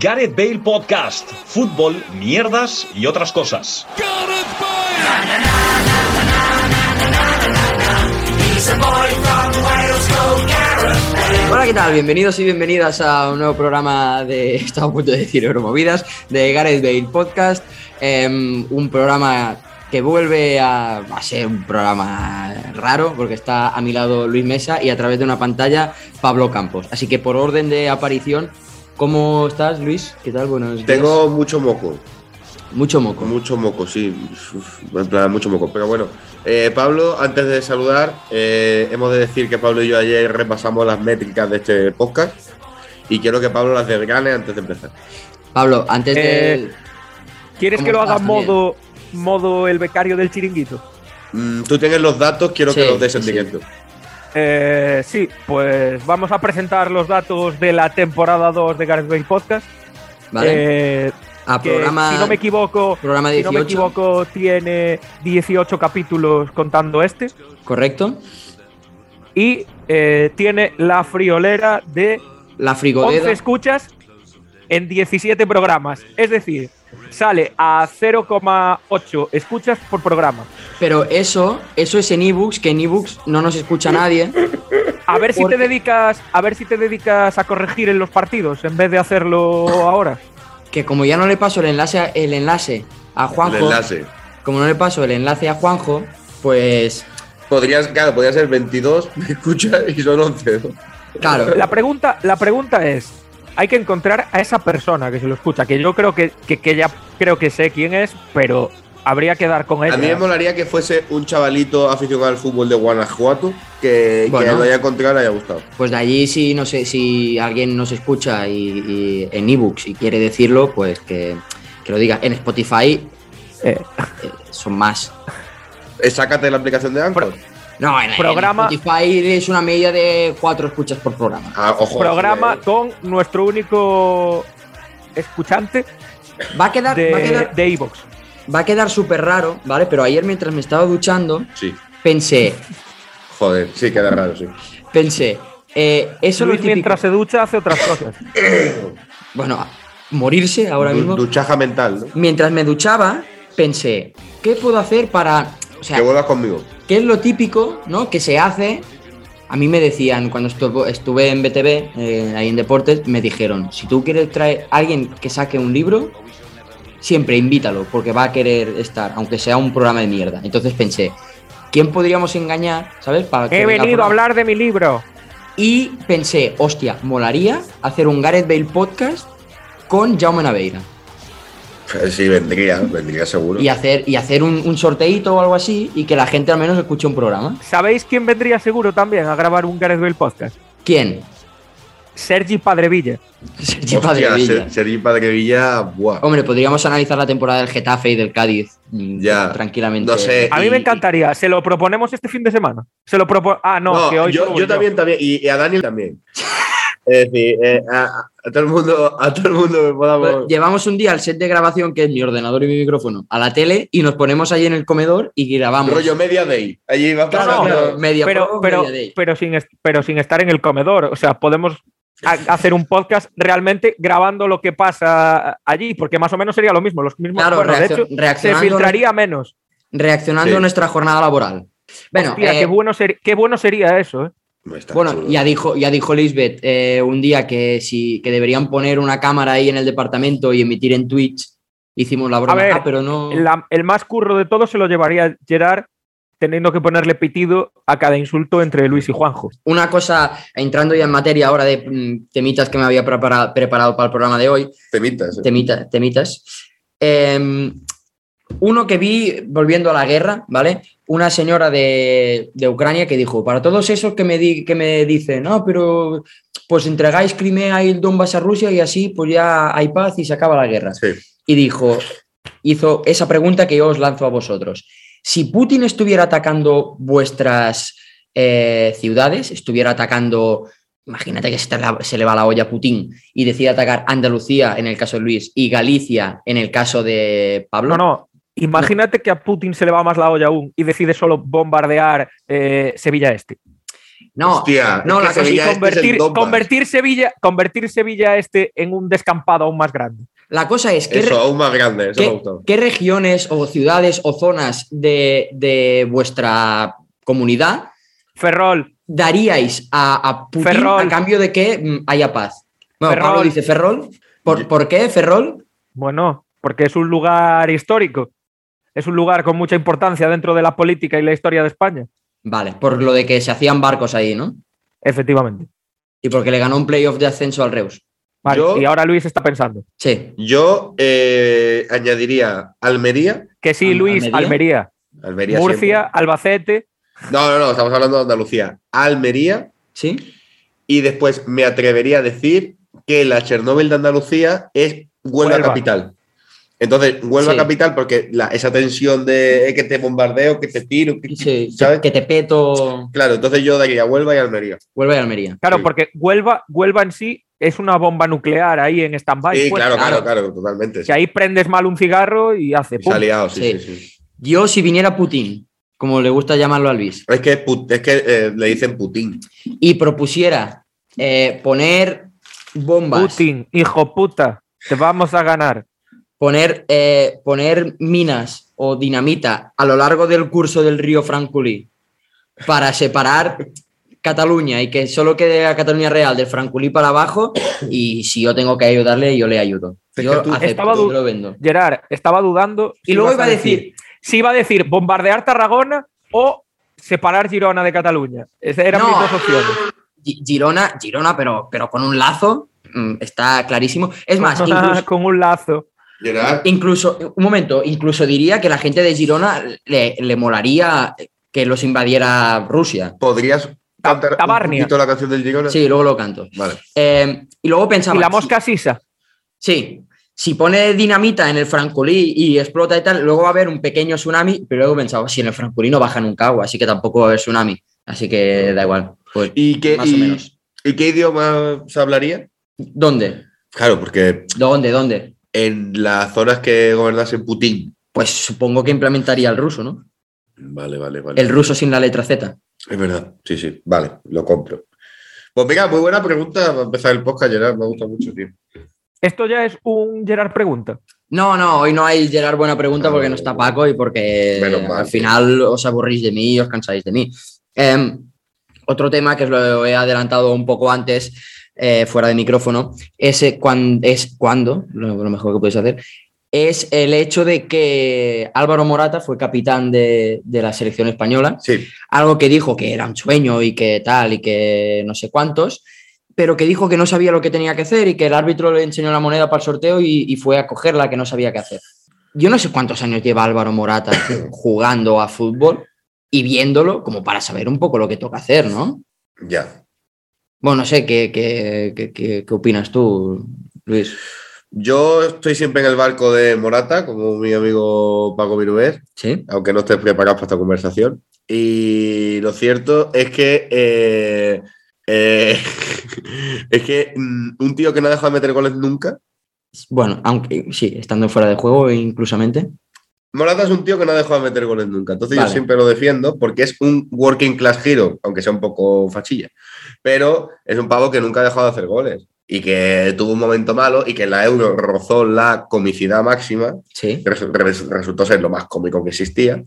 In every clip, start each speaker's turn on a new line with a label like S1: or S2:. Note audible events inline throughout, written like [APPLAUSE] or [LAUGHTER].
S1: Gareth Bale Podcast, fútbol, mierdas y otras cosas.
S2: Hola, ¿qué tal? Bienvenidos y bienvenidas a un nuevo programa de, [LAUGHS] estaba a punto de decir Euromovidas, de Gareth Bale Podcast, Em, un programa que vuelve a, a ser un programa raro, porque está a mi lado Luis Mesa y a través de una pantalla Pablo Campos. Así que por orden de aparición, ¿cómo estás Luis? ¿Qué tal? Buenos días.
S3: Tengo mucho moco,
S2: mucho moco.
S3: mucho moco, sí. Uf, En plan, mucho moco. Pero bueno, eh, Pablo, antes de saludar, eh, hemos de decir que Pablo y yo ayer repasamos las métricas de este podcast y quiero que Pablo las desgane antes de empezar.
S2: Pablo, antes de...
S4: Eh, ¿Quieres
S2: ¿Cómo
S4: que lo haga
S2: estás también?
S4: modo, modo el becario del chiringuito?
S3: Mm, tú tienes los datos, quiero
S2: Sí,
S3: que los des en
S2: sí.
S3: directo.
S4: Eh, sí, pues vamos a presentar los datos de la temporada 2 de Gareth Bale Podcast.
S2: ¿Vale?
S4: Eh,
S2: a
S4: que,
S2: programa,
S4: si no me equivoco,
S2: programa
S4: si no
S2: 18,
S4: me equivoco, tiene 18 capítulos contando este.
S2: ¿correcto?
S4: Y eh, tiene la friolera de
S2: La
S4: 11
S2: frigodeda.
S4: escuchas en 17 programas. Es decir, sale a 0,8 escuchas por programa.
S2: Pero eso, eso es en ebooks, que en ebooks no nos
S4: [LAUGHS]
S2: escucha nadie.
S4: A ver si
S2: Porque-
S4: te dedicas, a ver si te dedicas a corregir en los partidos en vez de hacerlo ahora.
S2: Que como ya no le paso el enlace, a- el enlace a
S3: El
S2: Juanjo,
S3: enlace.
S2: como no le paso el enlace a Juanjo, pues
S3: Podrías, claro, podría ser 22, [LAUGHS] me escuchas y son 11. ¿no?
S2: claro,
S4: La pregunta, la pregunta es, hay que encontrar a esa persona que se lo escucha, que yo creo que, que, que ya creo que sé quién es, pero habría que dar con
S3: A mí me
S4: ella.
S3: molaría que fuese un chavalito aficionado al fútbol de Guanajuato que, que
S2: Bueno.
S3: lo haya encontrado y le haya gustado.
S2: pues de allí si no sé si alguien nos escucha y, y en ebooks y quiere decirlo, pues que, que lo diga. En Spotify
S4: Eh,
S2: eh, son más.
S3: Eh, Sácate la aplicación de Anchor.
S2: No, en, en
S4: Programa-
S2: Spotify es una media de cuatro escuchas por programa.
S3: Ah, ojo,
S4: programa
S3: eh,
S4: con nuestro único escuchante
S2: Va a quedar, Ah, va a
S4: de,
S2: quedar,
S4: de Evox.
S2: va a quedar súper raro, ¿vale? Pero ayer mientras me estaba duchando,
S3: Sí.
S2: pensé,
S3: Joder, sí, queda raro, sí.
S2: pensé, eh, eso es lo
S4: Luis
S2: típico.
S4: mientras se ducha hace otras
S3: [LAUGHS]
S4: cosas.
S2: Bueno, a- morirse ahora
S3: Du-
S2: mismo.
S3: Duchaja mental, ¿no?
S2: Mientras me duchaba, pensé, ¿qué puedo hacer para. O sea,
S3: Que vuelvas conmigo.
S2: ¿qué es lo típico, ¿no? Que se hace. A mí me decían, cuando estu- estuve en BTV, eh, ahí en Deportes, me dijeron, si tú quieres traer a alguien que saque un libro, siempre invítalo, porque va a querer estar, aunque sea un programa de mierda. Entonces pensé, ¿quién podríamos engañar, ¿sabes? Para que
S4: He
S2: venga al
S4: venido a
S2: programa?
S4: hablar de mi libro.
S2: Y pensé, hostia, molaría hacer un Gareth Bale podcast con Jaume Naveira.
S3: Eh, Sí, vendría, vendría seguro.
S2: y hacer, y hacer un, un sorteito o algo así y que la gente al menos escuche un programa.
S4: ¿Sabéis quién vendría seguro también a grabar un Gareth Bale podcast?
S2: ¿Quién? [LAUGHS]
S4: Sergi Padrevilla.
S3: Hostia,
S2: Sergio Padrevilla.
S3: Ser- Sergi Padrevilla, buah.
S2: Hombre, podríamos analizar la temporada del Getafe y del Cádiz mm,
S3: Ya.
S2: tranquilamente.
S3: No sé.
S4: A mí
S3: Y-
S4: me encantaría. Se lo proponemos este fin de semana. Se lo propo Ah, no, que hoy
S3: yo,
S4: solo
S3: yo
S4: voy
S3: también, también, y, y a Daniel
S2: [LAUGHS]
S3: también. es decir, eh, a, a todo el mundo, a todo el mundo que podamos.
S2: Llevamos un día al set de grabación, que es mi ordenador y mi micrófono, a la tele y nos ponemos allí en el comedor y grabamos.
S3: Rollo media day. Allí va
S2: Claro,
S3: pasando.
S2: claro, media
S4: Pero,
S2: pro,
S4: pero,
S2: media day.
S4: pero, sin est- pero sin estar en el comedor. O sea, podemos ha- hacer un podcast realmente grabando lo que pasa allí, porque más o menos sería lo mismo. Los mismos
S2: Claro,
S4: bueno, de
S2: reaccion-
S4: hecho, se
S2: reaccionando,
S4: filtraría menos.
S2: reaccionando
S3: Sí.
S2: a nuestra jornada laboral. Bueno,
S4: Hostia,
S2: eh,
S4: qué, bueno ser- qué bueno sería eso. ¿eh?
S3: Está
S2: Bueno,
S3: chulo.
S2: ya dijo, ya dijo Lisbeth eh, un día que, si, que deberían poner una cámara ahí en el departamento y emitir en Twitch. Hicimos la broma,
S4: ver,
S2: ah, pero no.
S4: La- el más curro de todo se lo llevaría Gerard teniendo que ponerle pitido a cada insulto entre Luis y Juanjo.
S2: Una cosa, entrando ya en materia ahora de mm, temitas que me había prepara- preparado para el programa de hoy,
S3: Temitas. eh.
S2: temita- temitas. Eh, uno que vi, volviendo a la guerra, ¿vale? Una señora de, de Ucrania que dijo, para todos esos que me, di- que me dicen, no, pero pues entregáis Crimea y el Donbass a Rusia y así pues ya hay paz y se acaba la guerra.
S3: Sí.
S2: Y dijo, hizo esa pregunta que yo os lanzo a vosotros. Si Putin estuviera atacando vuestras eh, ciudades, estuviera atacando, imagínate que se, te la- se le va la olla a Putin y decide atacar Andalucía en el caso de Luis y Galicia en el caso de Pablo.
S4: No, no. Imagínate que a Putin se le va más la olla aún y decide solo bombardear eh, Sevilla Este.
S2: No,
S3: Hostia,
S2: no,
S3: es
S2: la
S3: que
S2: cosa-
S3: Sevilla este es el
S4: Convertir,
S3: Donbass.
S4: convertir Sevilla, convertir Sevilla este en un descampado aún más grande.
S2: la cosa es que...
S3: Eso, aún más grande, eso me ha
S2: ¿Qué,
S3: gustado.
S2: qué regiones o ciudades o zonas de, de vuestra comunidad
S4: Ferrol,
S2: daríais a, a Putin
S4: Ferrol.
S2: a cambio de que mm, haya paz? Bueno,
S4: Ferrol.
S2: Pablo dice Ferrol. ¿Por,
S3: Yo-
S2: por qué Ferrol?
S4: bueno, porque es un lugar histórico. Es un lugar con mucha importancia dentro de la política y la historia de España.
S2: Vale, por lo de que se hacían barcos ahí, ¿no?
S4: Efectivamente.
S2: Y porque le ganó un playoff de ascenso al Reus.
S4: Vale,
S3: Yo-
S4: y ahora Luis está pensando.
S2: Sí.
S3: Yo eh, añadiría Almería.
S4: Que sí,
S2: Al-
S4: Luis, Almería,
S3: Almería
S4: Murcia,
S3: siempre.
S4: Albacete.
S3: No, no, no, estamos hablando de Andalucía. Almería.
S2: ¿Sí?
S3: Y después me atrevería a decir que la Chernóbil de Andalucía es Huelva,
S4: Huelva.
S3: capital. Entonces, Huelva
S2: Sí.
S3: capital porque la- esa tensión de eh, que te bombardeo, que te tiro, que-
S2: sí.
S3: ¿sabes?
S2: Que te peto
S3: Claro, entonces yo daría Huelva y Almería.
S2: Huelva y Almería.
S4: Claro,
S3: Sí.
S4: porque Huelva, Huelva en sí es una bomba nuclear ahí en stand-by.
S3: sí,
S4: pues,
S3: claro,
S2: claro.
S3: claro, claro, totalmente.
S4: Que ahí prendes mal un cigarro y hace
S3: Se
S4: pum.
S3: ha liado, sí,
S2: Sí.
S3: sí, sí.
S2: Yo, si viniera Putin, como le gusta llamarlo a Luis,
S3: Es que, Put- es que eh, le dicen Putin.
S2: y propusiera eh, poner bombas,
S4: Putin, hijo puta, te vamos a ganar.
S2: poner, eh, poner minas o dinamita a lo largo del curso del río Francolí para separar Cataluña y que solo quede la Cataluña real del Francolí para abajo y si yo tengo que ayudarle yo le ayudo.
S3: Es
S2: Yo
S3: que tú-
S2: acepto,
S4: Estaba
S2: yo
S4: du-
S2: lo vendo.
S4: Gerard, estaba dudando.
S2: Y
S4: si
S2: luego
S4: ibas
S2: iba a decir,
S4: si iba a decir bombardear Tarragona o separar Girona de Cataluña. Esas eran
S2: No.
S4: mis dos opciones.
S2: Gi- Girona, Girona, pero, pero con un lazo, mm, está clarísimo. Es más,
S4: [LAUGHS] Con-
S2: incluso,
S4: con un lazo.
S3: Gerard,
S2: Incluso, un momento, incluso diría que la gente de Girona le, le molaría que los invadiera Rusia.
S3: ¿podrías
S4: Ta-
S3: cantar un
S4: Tabarnia.
S3: poquito la canción del Girona?
S2: Sí, luego lo canto.
S3: Vale.
S2: Eh, y luego pensaba.
S4: Y la mosca sisa.
S2: Sí, sí. si pone dinamita en el Francolí y explota y tal, luego va a haber un pequeño tsunami, pero luego pensaba, si en el Francolí no baja nunca agua, así que tampoco va a haber tsunami. Así que da igual. Pues,
S3: ¿Y qué,
S2: más
S3: y-
S2: o menos.
S3: ¿Y qué idioma se hablaría?
S2: ¿Dónde?
S3: Claro, porque
S2: ¿Dónde? ¿Dónde?
S3: en las zonas que gobernase Putin.
S2: Pues supongo que implementaría el ruso, ¿no?
S3: Vale, vale, vale.
S2: El ruso sin la letra Z.
S3: Es verdad, sí, sí. Vale, lo compro. Pues mira, muy buena pregunta para empezar el podcast, Gerard. Me gusta mucho, tío.
S4: Esto ya es un Gerard pregunta.
S2: No, no, hoy no hay Gerard buena pregunta porque no está Paco y porque
S3: Ah, Menos mal,
S2: al
S3: sí.
S2: final os aburrís de mí y os cansáis de mí. Eh, otro tema que os lo he adelantado un poco antes, eh, fuera de micrófono, es eh, cuan- es cuando, lo, lo mejor que podéis hacer, es el hecho de que Álvaro Morata fue capitán de, de la selección española,
S3: Sí,
S2: algo que dijo que era un sueño y que tal y que no sé cuántos, pero que dijo que no sabía lo que tenía que hacer y que el árbitro le enseñó la moneda para el sorteo y, y fue a cogerla que no sabía qué hacer. Yo no sé cuántos años lleva Álvaro Morata [COUGHS] jugando a fútbol y viéndolo como para saber un poco lo que toca hacer, ¿no?
S3: ya.
S2: Bueno, no sé, ¿qué, qué, qué- qué- qué opinas tú, Luis?
S3: Yo estoy siempre en el barco de Morata, como mi amigo Paco Virubés,
S2: ¿Sí?
S3: aunque no estés preparado para esta conversación. Y lo cierto es que. eh, eh, [LAUGHS] es que mm, un tío que no ha dejado de meter goles nunca.
S2: Bueno, aunque sí, estando fuera de juego inclusamente.
S3: Morata es un tío que no ha dejado de meter goles nunca. Entonces
S2: Vale.
S3: yo siempre lo defiendo porque es un working class hero, aunque sea un poco fachilla. Pero es un pavo que nunca ha dejado de hacer goles y que tuvo un momento malo y que en la Euro rozó la comicidad máxima,
S2: Sí.
S3: que resu- res- resultó ser lo más cómico que existía.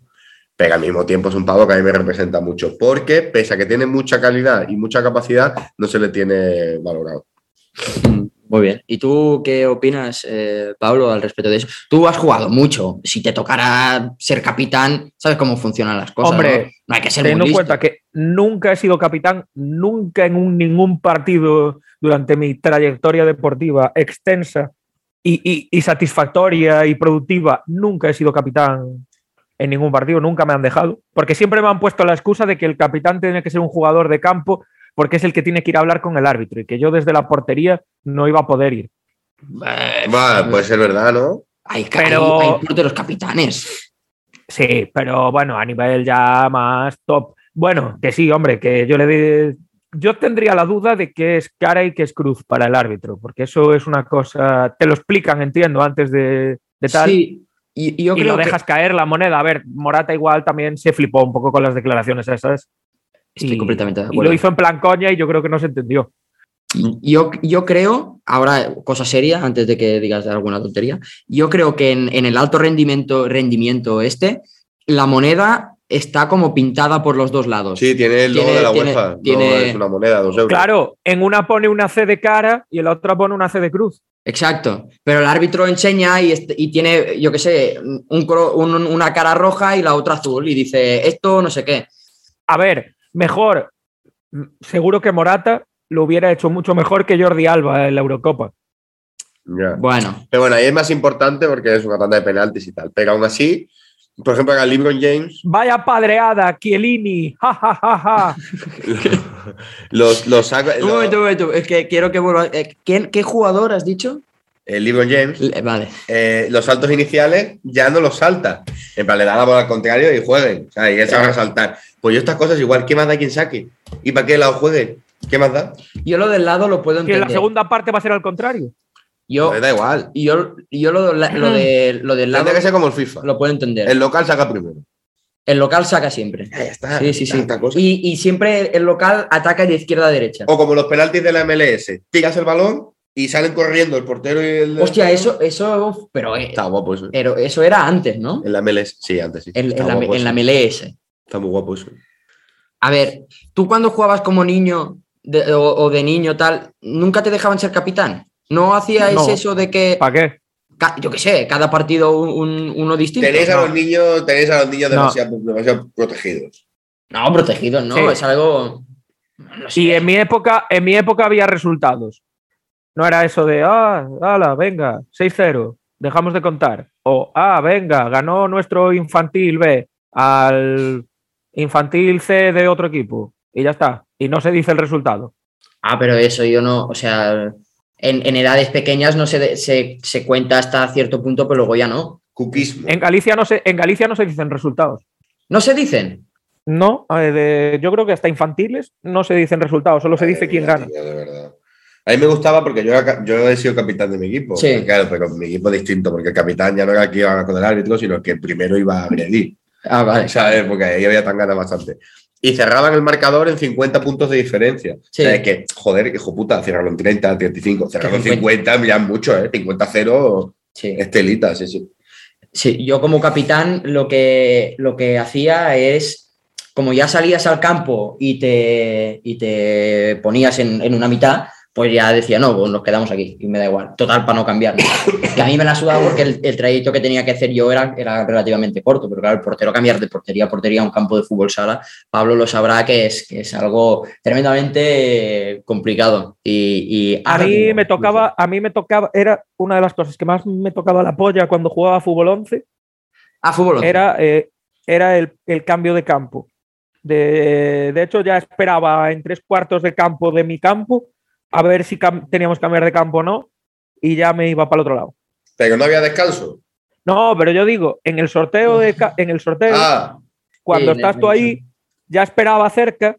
S3: Pero al mismo tiempo es un pavo que a mí me representa mucho porque, pese a que tiene mucha calidad y mucha capacidad, no se le tiene valorado.
S2: Mm, Muy bien. ¿Y tú qué opinas, eh, Pablo, al respecto de eso? Tú has jugado mucho. Si te tocara ser capitán, sabes cómo funcionan las cosas.
S4: Hombre,
S2: ¿no? No hay que ser
S4: Teniendo
S2: muy
S4: en
S2: listo.
S4: cuenta que nunca he sido capitán, nunca en un- ningún partido durante mi trayectoria deportiva extensa y, y- y satisfactoria y productiva, nunca he sido capitán en ningún partido, nunca me han dejado. Porque siempre me han puesto la excusa de que el capitán tiene que ser un jugador de campo porque es el que tiene que ir a hablar con el árbitro y que yo desde la portería no iba a poder ir.
S2: Eh,
S3: Va, puede ser verdad, ¿no?
S2: hay,
S4: pero-
S2: hay, hay porteros capitanes.
S4: Sí, pero bueno, a nivel ya más top. Bueno, que sí, hombre, que yo le di- Yo tendría la duda de qué es cara y qué es cruz para el árbitro, porque eso es una cosa. Te lo explican, entiendo, antes de, de tal.
S2: Sí. Y, y yo
S4: y
S2: creo
S4: lo dejas caer la moneda. A ver, Morata igual también se flipó un poco con las declaraciones esas.
S2: Estoy
S4: y,
S2: completamente de
S4: y
S2: acuerdo.
S4: lo hizo en plan coña y yo creo que no se entendió.
S2: Yo, yo creo, ahora cosa seria, antes de que digas alguna tontería, yo creo que en, en el alto rendimiento, rendimiento este, la moneda está como pintada por los dos lados.
S3: Sí, tiene el logo
S2: Tiene-
S3: de la
S2: tiene-
S3: UEFA. no
S2: tiene-
S3: es una moneda, dos euros.
S4: Claro, en una pone una C de cara y en la otra pone una C de cruz.
S2: Exacto. Pero el árbitro enseña y, est- y tiene, yo qué sé, un, cro- un- una cara roja y la otra azul y dice, esto no sé qué.
S4: A ver, mejor, mm, seguro que Morata lo hubiera hecho mucho mejor que Jordi Alba en la Eurocopa.
S3: Ya.
S2: Bueno,
S3: Pero bueno, ahí es más importante porque es una tanda de penaltis y tal. Pero aún así, por ejemplo, acá LeBron
S2: [LAUGHS]
S3: James,
S4: Vaya padreada, Chiellini, ja, ja, ja, [LAUGHS] ja.
S3: los, los saca.
S2: un momento, un momento, es que quiero que vuelva. eh, ¿quién- ¿Qué jugador has dicho?
S3: El eh, LeBron James,
S2: Le- Vale.
S3: eh, los saltos iniciales ya no los salta. En plan, le da la bola al contrario y jueguen. O sea, y él se va a saltar. Pues yo estas cosas igual, ¿qué más da quien saque? ¿Y para qué lado juegue? ¿Qué más da?
S2: Yo lo del lado lo puedo
S4: Que en
S2: entender.
S4: la segunda parte va a ser al contrario.
S2: Yo,
S3: Pues da igual.
S2: yo, yo lo, la- lo de, lo del lado
S3: Tendría que ser como el FIFA.
S2: lo puedo entender.
S3: El local saca primero.
S2: El local saca siempre.
S3: Ya está.
S2: Sí, sí, sí.
S3: Tanta cosa.
S2: Y, y siempre el local ataca de izquierda a derecha.
S3: O como los penaltis de la MLS. Tiras el balón y salen corriendo el portero y el.
S2: Hostia, eso, eso, pero, eh,
S3: Está guapo eso.
S2: pero eso era antes, ¿no?
S3: En la MLS, sí, antes sí.
S2: En,
S3: Está
S2: en la,
S3: guapo
S2: en la
S3: eso.
S2: MLS.
S3: Está muy guapo eso.
S2: A ver, tú cuando jugabas como niño de- o, o de niño tal, nunca te dejaban ser capitán. ¿No hacíais
S4: No.
S2: eso de que,
S4: ¿Para qué?
S2: ca- yo qué sé, cada partido un- un- uno distinto?
S3: Tenéis a
S2: no,
S3: los niños, tenéis a los niños
S4: No.
S3: demasiado, demasiado protegidos.
S2: No, protegidos, no,
S4: Sí.
S2: es algo... no sé.
S4: Y en mi época, en mi época había resultados. No era eso de, ah, ala, venga, 6-0, dejamos de contar. O, ah, venga, ganó nuestro infantil B al infantil C de otro equipo. Y ya está. Y no se dice el resultado.
S2: Ah, pero eso yo no, o sea, en, en edades pequeñas no se, de- se, se cuenta hasta cierto punto, pero luego ya no.
S3: Cuquismo.
S4: En Galicia no se, en Galicia no se dicen resultados.
S2: No se dicen.
S4: No, eh, de- yo creo que hasta infantiles no se dicen resultados, solo se dice
S3: Madre
S4: quién
S3: mía,
S4: gana.
S3: tío, de verdad. A mí me gustaba porque yo, era ca- yo he sido capitán de mi equipo.
S2: Sí.
S3: Claro, pero mi equipo distinto, porque el capitán ya no era el que iba a hablar con el árbitro, sino el que primero iba a agredir.
S2: Ah, vale.
S3: ¿Sabes? Porque ahí había tanganas bastante. Y cerraban el marcador en 50 puntos de diferencia.
S2: Sí.
S3: O sea, es que, joder, hijo puta, cerraron en 30, 35, cerraron en
S2: 50.
S3: 50, ya es mucho, ¿eh? 50-0,
S2: Sí.
S3: estelita, sí, sí.
S2: Sí, yo como capitán lo que, lo que hacía es, como ya salías al campo y te, y te ponías en, en una mitad, pues ya decía, no, pues nos quedamos aquí y me da igual, total para no cambiar. ¿no? Que a mí me la sudaba porque el, el trayecto que tenía que hacer yo era, era relativamente corto, pero claro, el portero cambiar de portería a portería a un campo de fútbol sala, Pablo lo sabrá que es, que es algo tremendamente complicado. Y, y
S4: A mí
S2: arduo,
S4: me tocaba, a mí me tocaba, era una de las cosas que más me tocaba la polla cuando jugaba a fútbol 11,
S2: A fútbol. once.
S4: era, eh, era el, el cambio de campo. De, de hecho, ya esperaba en tres cuartos de campo de mi campo a ver si cam- teníamos que cambiar de campo o no, y ya me iba para el otro lado.
S3: Pero no había descanso.
S4: No, pero yo digo, en el sorteo, de ca- en el sorteo
S3: Ah,
S4: cuando
S2: Sí,
S4: estás
S2: me-
S4: tú
S2: me-
S4: ahí, ya esperaba cerca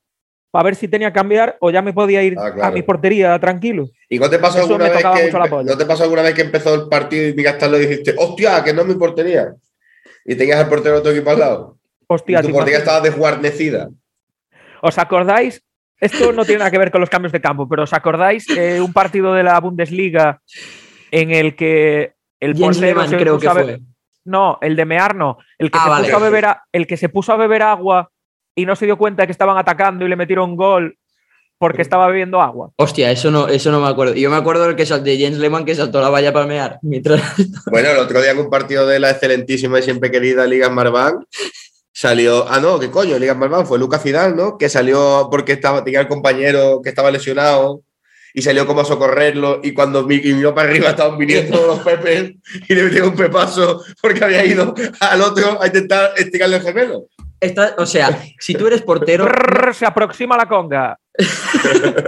S4: para ver si tenía que cambiar o ya me podía ir
S3: Ah, claro.
S4: a mi portería tranquilo.
S3: ¿Y no te pasó
S4: Eso
S3: alguna
S4: me
S3: vez
S4: tocaba
S3: que
S4: mucho la polla.
S3: no te pasó alguna vez que empezó el partido y miraste lo y dijiste, hostia, que no es mi portería? Y tenías al portero de tu equipo al lado.
S4: [LAUGHS] Hostia,
S3: y
S4: ¿te
S3: tu portería
S4: imaginas?
S3: estaba desguarnecida.
S4: ¿Os acordáis? Esto no tiene nada que ver con los cambios de campo, pero ¿os acordáis eh, un partido de la Bundesliga en el que el
S2: Jens
S4: portero
S2: Lehmann
S4: se
S2: creo que
S4: puso a be-
S2: fue.
S4: No, el de Mear no, el que,
S2: Ah,
S4: se
S2: vale.
S4: puso a beber a- el que se puso a beber agua y no se dio cuenta de que estaban atacando y le metieron gol porque estaba bebiendo agua.
S2: Hostia, eso no, eso no me acuerdo. Yo me acuerdo del que sal- de James Lehmann que saltó la valla para mear. Mientras... [LAUGHS]
S3: Bueno, el otro día en un partido de la excelentísima y siempre querida Liga Marván salió. Ah, no, ¿qué coño? Liga Marván fue Lucas Zidane, ¿no? Que salió porque estaba, tenía el compañero que estaba lesionado y salió como a socorrerlo. Y cuando mi- y miró para arriba estaban viniendo todos los pepes y le metió un pepazo porque había ido al otro a intentar esticarle el gemelo.
S2: Está- o sea, si tú eres portero,
S4: Prrr, se aproxima la
S2: [LAUGHS]
S4: conga.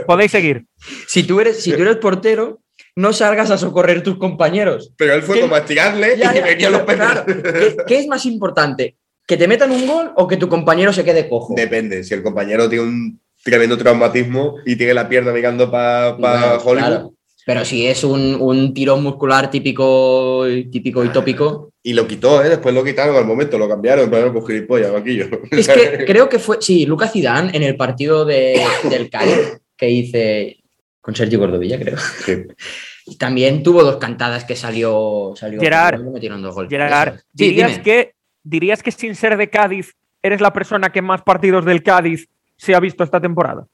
S4: Podéis seguir.
S2: si tú eres, si tú eres portero, no salgas a socorrer tus compañeros.
S3: Pero él fue
S2: ¿Qué?
S3: como a esticarle
S2: Ya,
S3: [LAUGHS] y
S2: ya,
S3: venían los pepes.
S2: claro. ¿Qué, qué es más importante? ¿Que te metan un gol o que tu compañero se quede cojo?
S3: Depende, si el compañero tiene un tremendo traumatismo y tiene la pierna mirando para
S2: Claro,
S3: Hollywood.
S2: claro. Pero si es un, un tirón muscular típico, típico y tópico.
S3: Y lo quitó, ¿eh? Después lo quitaron al momento, lo cambiaron para con gilipollas, vaquillo.
S2: Es que creo que fue, sí, Lucas Zidane en el partido de, del Cádiz que hice con Sergio Cordovilla, creo.
S3: Sí.
S2: [LAUGHS] También tuvo dos cantadas que salió. salió
S4: Gerard,
S2: me metieron dos goles.
S4: Gerard,
S2: Eso. Sí,
S4: ¿dirías,
S2: dime.
S4: que, ¿dirías que sin ser de Cádiz eres la persona que más partidos del Cádiz se ha visto esta temporada?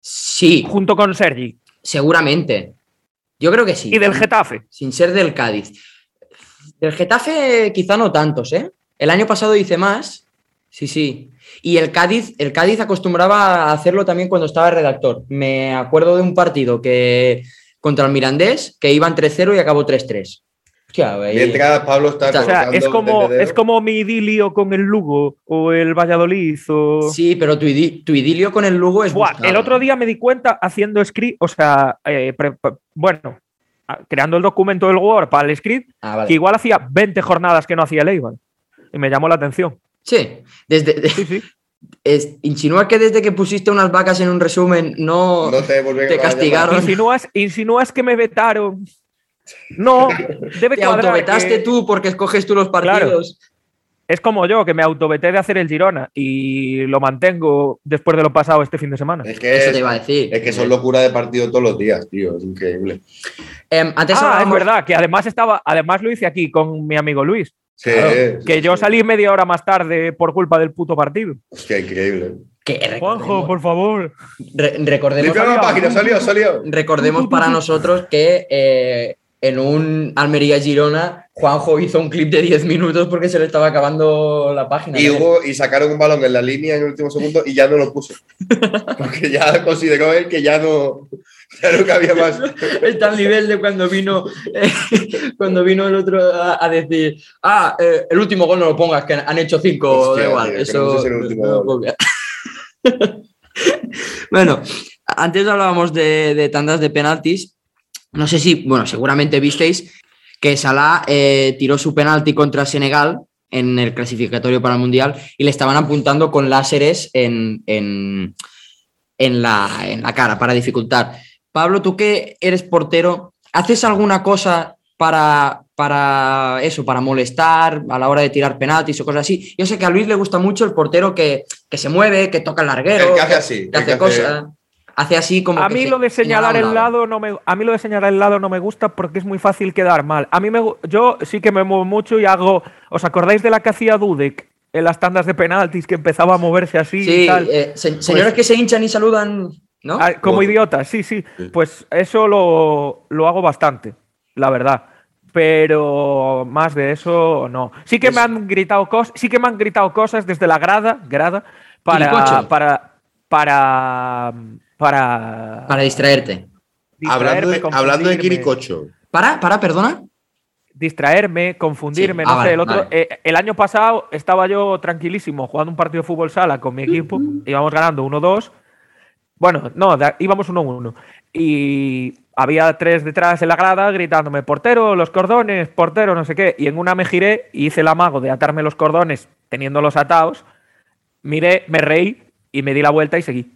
S2: Sí,
S4: Junto con Sergi.
S2: seguramente. Yo creo que sí.
S4: Y del Getafe.
S2: Sin ser del Cádiz. Del Getafe quizá no tantos, ¿eh? El año pasado hice más. Sí, sí. Y el Cádiz, el Cádiz acostumbraba a hacerlo también cuando estaba redactor. Me acuerdo de un partido que contra el Mirandés que iban 3-0 y acabó 3-3. Hostia, ahí-
S3: Mientras Pablo está.
S2: O sea,
S4: O sea,
S3: colocando
S4: es como,
S3: el
S4: es
S3: tendedero.
S4: como mi idilio con el Lugo o el Valladolid o...
S2: Sí, pero tu, idi- tu idilio con el Lugo es.
S4: Buah,
S2: buscado. ¿eh?
S4: el otro día me di cuenta haciendo script, o sea, eh, pre- pre- bueno, a- creando el documento del Word para el script,
S2: Ah, vale.
S4: que igual hacía 20 jornadas que no hacía el Eibar. Y me llamó la atención.
S2: Sí, desde, [LAUGHS]
S4: Sí, sí.
S2: es- insinúa que desde que pusiste unas vacas en un resumen no.
S3: No te volvieron
S2: te
S3: a llamar.
S2: castigaron.
S4: Insinúas, insinúas que me vetaron. No,
S2: [LAUGHS]
S4: debe
S2: te
S4: cuadrar
S2: autovetaste
S4: que-
S2: tú porque escoges tú los
S4: Claro.
S2: partidos.
S4: Es como yo, que me autoveté de hacer el Girona y lo mantengo después de lo pasado este fin de semana.
S3: Es que,
S2: Eso
S3: es,
S2: te iba a decir.
S3: es que son locuras de partido todos los días, tío. Es increíble.
S2: Em, antes
S4: Ah, es
S2: hablábamos-
S4: verdad, que además estaba, además lo hice aquí con mi amigo Luis,
S3: Sí,
S2: Claro.
S3: sí,
S4: que yo
S3: sí.
S4: salí media hora más tarde por culpa del puto partido.
S3: Hostia, increíble.
S2: que recordemos,
S4: Juanjo, por favor.
S2: re- recordemos,
S3: Limpiaron la página, salió, salió.
S2: recordemos para nosotros que eh, en un Almería Girona, Juanjo hizo un clip de 10 minutos porque se le estaba acabando la página.
S3: Y, hubo- y sacaron un balón en la línea en el último segundo y ya no lo puso. Porque ya consideró él que ya no, ya no cabía más.
S2: Está al nivel de cuando vino [LAUGHS] eh, cuando vino el otro a, a decir ah, eh, el último gol no lo pongas, que han hecho cinco,
S3: Hostia,
S2: da igual.
S3: tío, que no
S2: eso
S3: sé si el último
S2: lo
S3: gol.
S2: puedo ver. [LAUGHS] bueno, antes hablábamos de, de tandas de penaltis. No sé si, bueno, seguramente visteis que Salah eh, tiró su penalti contra Senegal en el clasificatorio para el Mundial y le estaban apuntando con láseres en, en, en la, en la cara para dificultar. Pablo, tú que eres portero, ¿haces alguna cosa para, para eso, para molestar a la hora de tirar penaltis o cosas así? Yo sé que a Luis le gusta mucho el portero que, que se mueve, que toca el larguero,
S3: El que hace así.
S2: que
S3: el que
S2: hace
S3: hace-
S2: cosas, hace así como...
S4: A
S2: que
S4: mí
S2: se-
S4: lo de señalar
S2: a un
S4: el lado no me a mí lo de señalar el lado no me gusta porque es muy fácil quedar mal. A mí me gu- yo sí que me muevo mucho y hago, ¿os acordáis de la que hacía Dudek en las tandas de penaltis que empezaba a moverse así y
S2: Sí,
S4: tal?
S2: eh, se-
S3: Pues
S2: señores que se hinchan y saludan, ¿no?
S4: Ah, como
S3: Ojo.
S4: idiota, sí, sí.
S3: Sí.
S4: Pues eso lo, lo hago bastante, la verdad. Pero más de eso no. Sí que me han gritado cosas, sí que me han gritado cosas desde la grada, grada, para
S2: Quiricocho.
S4: para para para,
S2: Para distraerte.
S3: Hablando de,
S4: distraerme,
S3: hablando de
S4: confundirme.
S3: Kirikocho.
S2: Para, para, perdona.
S4: distraerme, confundirme,
S2: Sí.
S4: no
S2: Ah,
S4: sé,
S2: vale,
S4: el otro,
S2: vale.
S4: eh, el año pasado estaba yo tranquilísimo jugando un partido de fútbol sala con mi equipo, íbamos ganando 1-2, bueno, no, da- íbamos 1-1, y había tres detrás en la grada gritándome, portero, los cordones, portero, no sé qué, y en una me giré y hice el amago de atarme los cordones teniéndolos atados, miré, me reí y me di la vuelta y seguí.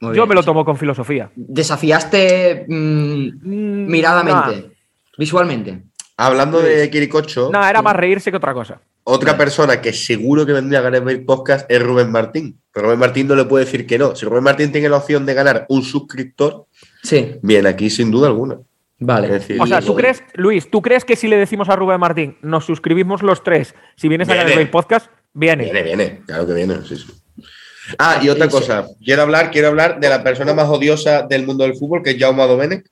S2: Muy
S4: yo
S2: bien.
S4: me lo tomo con filosofía.
S2: Desafiaste mm,
S4: Mm,
S2: miradamente, visualmente.
S3: Hablando de Kirikocho,
S4: No, era más reírse que otra cosa.
S3: otra persona que seguro que vendría a ganar el podcast es Rubén Martín. Pero Rubén Martín no le puede decir que no. Si Rubén Martín tiene la opción de ganar un suscriptor,
S2: Sí,
S3: bien, aquí sin duda alguna.
S2: vale.
S3: Es decir,
S4: O sea,
S3: yo-
S4: ¿tú crees, Luis, tú crees que si le decimos a Rubén Martín, nos suscribimos los tres, si vienes a
S3: Viene.
S4: Gamer Bay Podcast, viene?
S3: Viene, viene, claro que viene. sí, sí. Ah, y otra
S2: Sí, sí.
S3: cosa. Quiero hablar, quiero hablar de la persona más odiosa del mundo del fútbol, que es Jaume Domenech.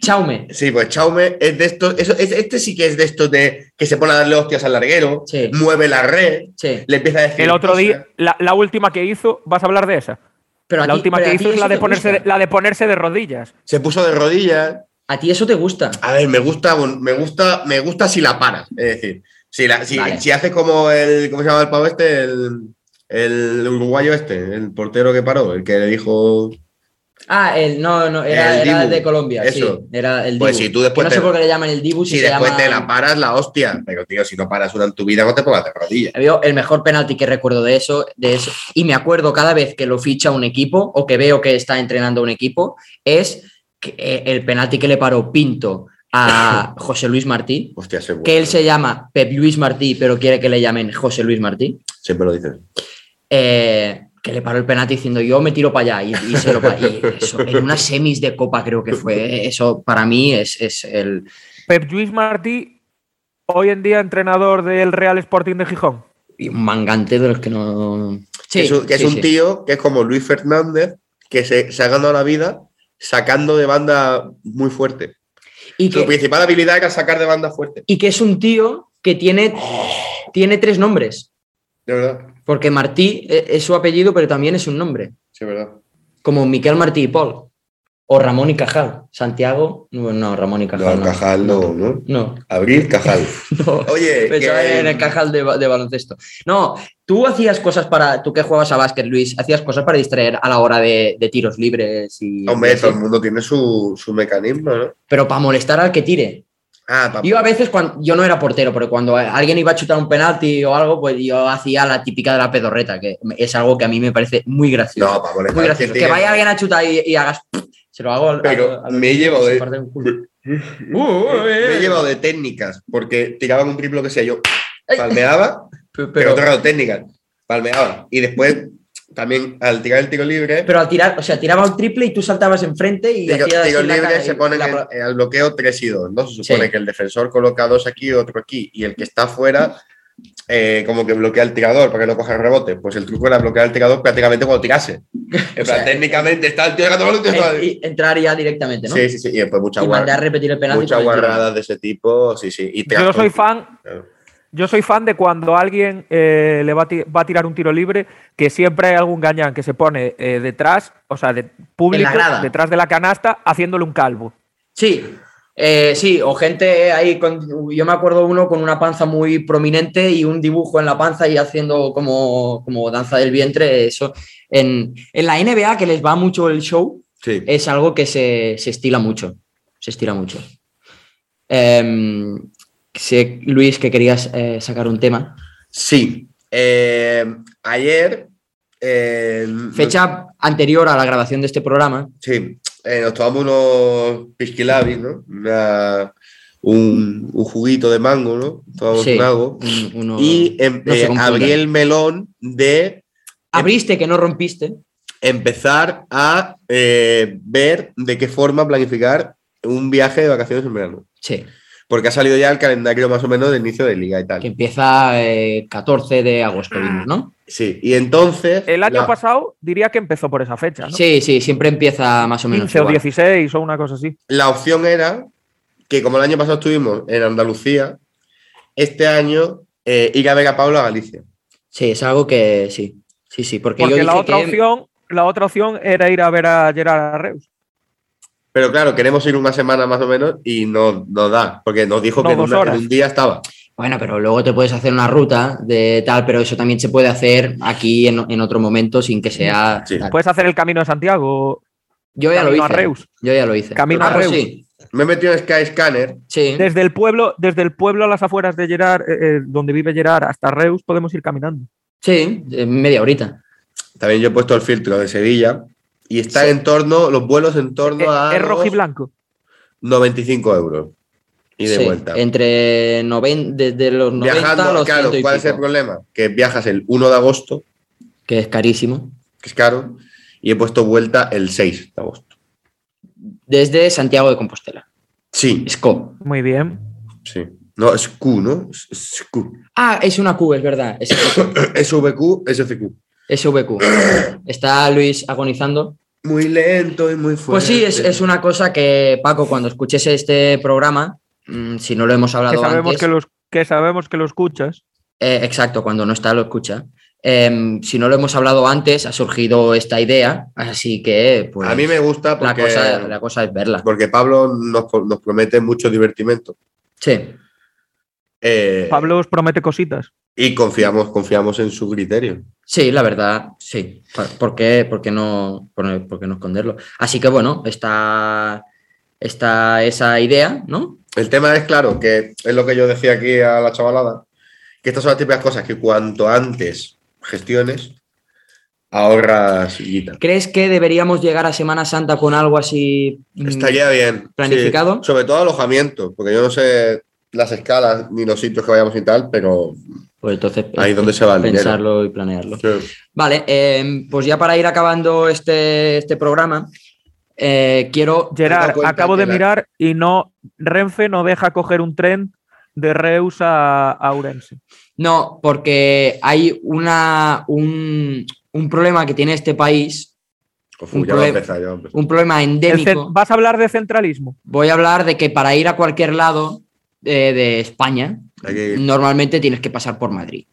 S2: Chaume.
S3: Sí, pues Chaume es de estos. eso- es- este sí que es de estos de que se pone a darle hostias al larguero,
S2: Sí.
S3: mueve la red,
S2: Sí.
S3: le empieza a decir.
S4: El otro
S3: cosas.
S4: día, la, la última que hizo, ¿vas a hablar de esa?
S2: Pero a
S4: la
S2: ti-
S4: última
S2: pero
S4: que
S2: a ti
S4: hizo es
S2: eso
S4: la de,
S2: te
S4: ponerse de,
S2: gusta.
S4: la de ponerse de rodillas.
S3: Se puso de rodillas.
S2: A ti eso te gusta.
S3: A ver, me gusta, me gusta, me gusta si la paras. Es decir, si, la, si,
S2: Vale.
S3: si haces como el. ¿Cómo se llama el pavo este? El, el uruguayo este, el portero que paró, el que le dijo.
S2: Ah, el, no, no, era
S3: El
S2: el, era
S3: Dibu.
S2: el de Colombia.
S3: Eso.
S2: Sí, era el Dibu.
S3: Pues si tú después
S2: Que no
S3: te-
S2: sé por qué le llaman el Dibu, si,
S3: Si
S2: se
S3: después
S2: llama...
S3: te la paras, la hostia. Pero tío, si no paras una en tu vida, no te pongas de rodillas.
S2: Yo, el mejor penalti que recuerdo de eso, de eso, y me acuerdo cada vez que lo ficha un equipo o que veo que está entrenando un equipo, es que- el penalti que le paró Pinto [LAUGHS] a José Luis Martí,
S3: Hostia, ese es bueno.
S2: que él se llama Pep Luis Martí, pero quiere que le llamen José Luis Martí,
S3: Siempre lo dices.
S2: eh, que le paró el penalti diciendo yo me tiro para allá y, y se lo pa- y eso, en unas semis de copa creo que fue, eh, eso para mí es, es el...
S4: Pep Luis Martí, hoy en día entrenador del Real Sporting de Gijón.
S2: un mangante de los que no... Sí,
S3: que es un, que es
S2: sí,
S3: un
S2: sí.
S3: tío que es como Luis Fernández, que se, se ha ganado la vida sacando de banda muy fuerte.
S2: Y
S3: Su
S2: que,
S3: principal habilidad era sacar de banda fuerte,
S2: y que es un tío que tiene,
S3: Oh.
S2: tiene tres nombres,
S3: de verdad.
S2: porque Martí eh, es su apellido, pero también es un nombre,
S3: Sí, es verdad.
S2: como Miquel Martí y Paul, o Ramón y Cajal, Santiago, no, no, Ramón y Cajal.
S3: No, Cajal no, ¿no?
S2: No,
S3: Abril Cajal.
S2: no.
S3: [LAUGHS] Oye,
S2: [LAUGHS] Pensaba
S3: que-
S2: en el Cajal de, ba- de baloncesto. No, tú hacías cosas para, tú que jugabas a básquet, Luis, hacías cosas para distraer a la hora de, de tiros libres y...
S3: Hombre,
S2: y
S3: todo el
S2: así.
S3: mundo tiene su, su mecanismo, ¿no?
S2: pero para molestar al que tire.
S3: Ah, papá.
S2: Yo a veces, cuando, yo no era portero, pero cuando alguien iba a chutar un penalti o algo, pues yo hacía la típica de la pedorreta, que es algo que a mí me parece muy gracioso.
S3: No, para molestar.
S2: muy gracioso. Que
S3: tiene-
S2: vaya alguien a chutar y, y hagas... Se lo hago al-
S3: Pero
S2: al- al-
S3: me he llevado
S2: se
S3: de-
S2: parte un culo.
S3: Eh, Me he llevado de técnicas, porque tiraban un triplo que sea yo.
S2: Ay. [LAUGHS]
S3: Palmeaba,
S2: Pero,
S3: pero, otro lado técnicas. Palmeaba. Y después, también al tirar el tiro libre,
S2: pero al tirar, o sea, tiraba un triple y tú saltabas enfrente y
S3: Tiro-
S2: hacías...
S3: tiros
S2: así la cara
S3: libres
S2: y
S3: se ponen
S2: la-
S3: en- en- al bloqueo 3 y 2, ¿no? Se
S2: Sí.
S3: supone que el defensor coloca dos aquí, otro aquí, y el que está afuera eh, como que bloquea el tirador para que no coja el rebote. Pues el truco era bloquear el tirador prácticamente cuando tirase.
S2: [LAUGHS]
S3: En plan,
S2: sea,
S3: técnicamente está el tío llegando balón, tío, está-
S2: en- y entrar ya directamente, ¿no?
S3: Sí, sí, sí. Y después mucha
S2: y mandar a
S3: guarrada.
S2: repetir el penalti.
S3: Muchas
S2: por el tiro.
S3: guarradas de ese tipo, sí, sí. Y
S4: Yo
S3: tras-
S4: soy fan
S3: Claro.
S4: Yo soy fan de cuando alguien eh, le va a, ti- va a tirar un tiro libre, que siempre hay algún gañán que se pone eh, detrás, o sea, de público,
S2: En la grada.
S4: detrás de la canasta, haciéndole un calvo.
S2: Sí, eh, sí, o gente ahí con. Yo me acuerdo uno con una panza muy prominente y un dibujo en la panza y haciendo como, como danza del vientre. Eso en, en la NBA, que les va mucho el show,
S3: Sí.
S2: es algo que se, se estila mucho. Se estila mucho. Em, sé, Luis, que querías eh, sacar un tema.
S3: Sí. Eh, ayer. eh,
S2: Fecha anterior a la grabación de este programa.
S3: Sí, eh, nos tomamos unos pisquilabis, ¿no? Una- un, un juguito de mango, ¿no? Tomamos
S2: Sí.
S3: un algo.
S2: un- uno-
S3: Y em-
S2: no se
S3: eh,
S2: confundan.
S3: abrí el melón de
S2: abriste que no rompiste.
S3: empezar a eh, ver de qué forma planificar un viaje de vacaciones en verano.
S2: Sí.
S3: Porque ha salido ya el calendario más o menos del inicio de liga y
S2: que
S3: tal.
S2: empieza eh, 14 de agosto, vimos, ¿no?
S3: Sí, y entonces...
S4: El año
S3: la-
S4: pasado diría que empezó por esa fecha, ¿no?
S2: Sí, sí, siempre empieza más o menos.
S4: 15 o
S2: igual.
S4: 16 o una cosa así.
S3: La opción era que como el año pasado estuvimos en Andalucía, este año eh, ir a ver a Pablo a Galicia.
S2: Sí, es algo que sí. Sí, sí, porque, yo
S4: Porque
S2: dije
S4: la otra,
S2: que-
S4: opción, la otra opción era ir a ver a Gerard Reus.
S3: Pero claro, queremos ir una semana más o menos y no nos da, porque nos dijo
S4: No,
S3: que en,
S4: dos
S3: una- en
S4: horas.
S3: un día estaba.
S2: Bueno, pero luego te puedes hacer una ruta de tal, pero eso también se puede hacer aquí en, en otro momento sin que sea.
S3: Sí.
S2: tal.
S4: Puedes hacer el Camino de Santiago,
S2: yo ya lo hice.
S4: Camino a Reus.
S2: Yo ya lo hice.
S4: Camino
S3: a
S2: Ah, pues
S4: Reus.
S2: Sí,
S3: Me he metido en Sky Scanner.
S2: sí.
S4: Desde el pueblo, desde el pueblo a las afueras de Gerard, eh, eh, donde vive Gerard, hasta Reus podemos ir caminando.
S2: sí, eh, media horita.
S3: También yo he puesto el filtro de Sevilla. Y están
S2: Sí.
S3: en torno, los vuelos en torno
S4: Eh,
S3: a
S4: es rojo y
S3: los
S4: blanco.
S3: 95 euros. Y de
S2: Sí,
S3: vuelta.
S2: Entre noven- desde los 90 a
S3: Viajando,
S2: los
S3: claro,
S2: 100 y
S3: ¿cuál es el
S2: pico,
S3: problema? Que viajas el 1 de agosto,
S2: que es carísimo.
S3: que es caro, y he puesto vuelta el 6 de agosto.
S2: Desde Santiago de Compostela.
S3: Sí,
S2: Esco.
S4: Muy bien.
S3: sí. No, es Q, ¿no? Es- Es Q. [CLEARS THROAT]
S2: Ah, es una Q, es verdad. Es
S3: [COUGHS] SVQ, SCQ.
S2: SVQ. Está Luis agonizando.
S3: Muy lento y muy fuerte.
S2: Pues sí, es, es una cosa que, Paco, cuando escuches este programa, mm, si no lo hemos
S4: que
S2: hablado
S4: sabemos
S2: antes,
S4: que, los, que sabemos que lo escuchas.
S2: eh, exacto, cuando no está lo escucha. Em, si no lo hemos hablado antes, ha surgido esta idea, así que pues,
S3: A mí me gusta
S2: la,
S3: porque,
S2: cosa, la cosa es verla.
S3: porque Pablo nos, nos promete mucho divertimento.
S2: Sí,
S3: Eh,
S4: Pablo os promete cositas.
S3: Y confiamos, confiamos en su criterio.
S2: sí, la verdad, sí. Pa- ¿Por qué, por qué no, por, por qué no esconderlo? Así que bueno, está, está esa idea, ¿no?
S3: El tema es, claro, que es lo que yo decía aquí a la chavalada, que estas son las típicas cosas que cuanto antes gestiones, ahorras guita.
S2: ¿Crees que deberíamos llegar a Semana Santa con algo así? mm,
S3: Estaría bien. sí.
S2: ¿Planificado?
S3: Sobre todo alojamiento, porque yo no sé las escalas ni los sitios que vayamos y tal, pero
S2: Pues entonces
S3: ahí es donde se va el dinero.
S2: pensarlo y planearlo.
S3: Sí.
S2: Vale, eh, pues ya para ir acabando este, este programa, eh, quiero...
S4: Gerard,
S3: cuenta
S4: acabo
S3: que
S4: de
S3: la-
S4: mirar y no. Renfe no deja coger un tren de Reus a, a Ourense.
S2: No, porque hay una, un, un problema que tiene este país,
S3: Uf, ya
S2: Un
S3: va a
S2: problema.
S3: empezar, ya va a empezar.
S2: un problema
S4: El cen-
S2: endémico.
S4: ¿Vas a hablar de centralismo?
S2: Voy a hablar de que para ir a cualquier lado eh, de España,
S3: Hay que-
S2: normalmente tienes que pasar por Madrid.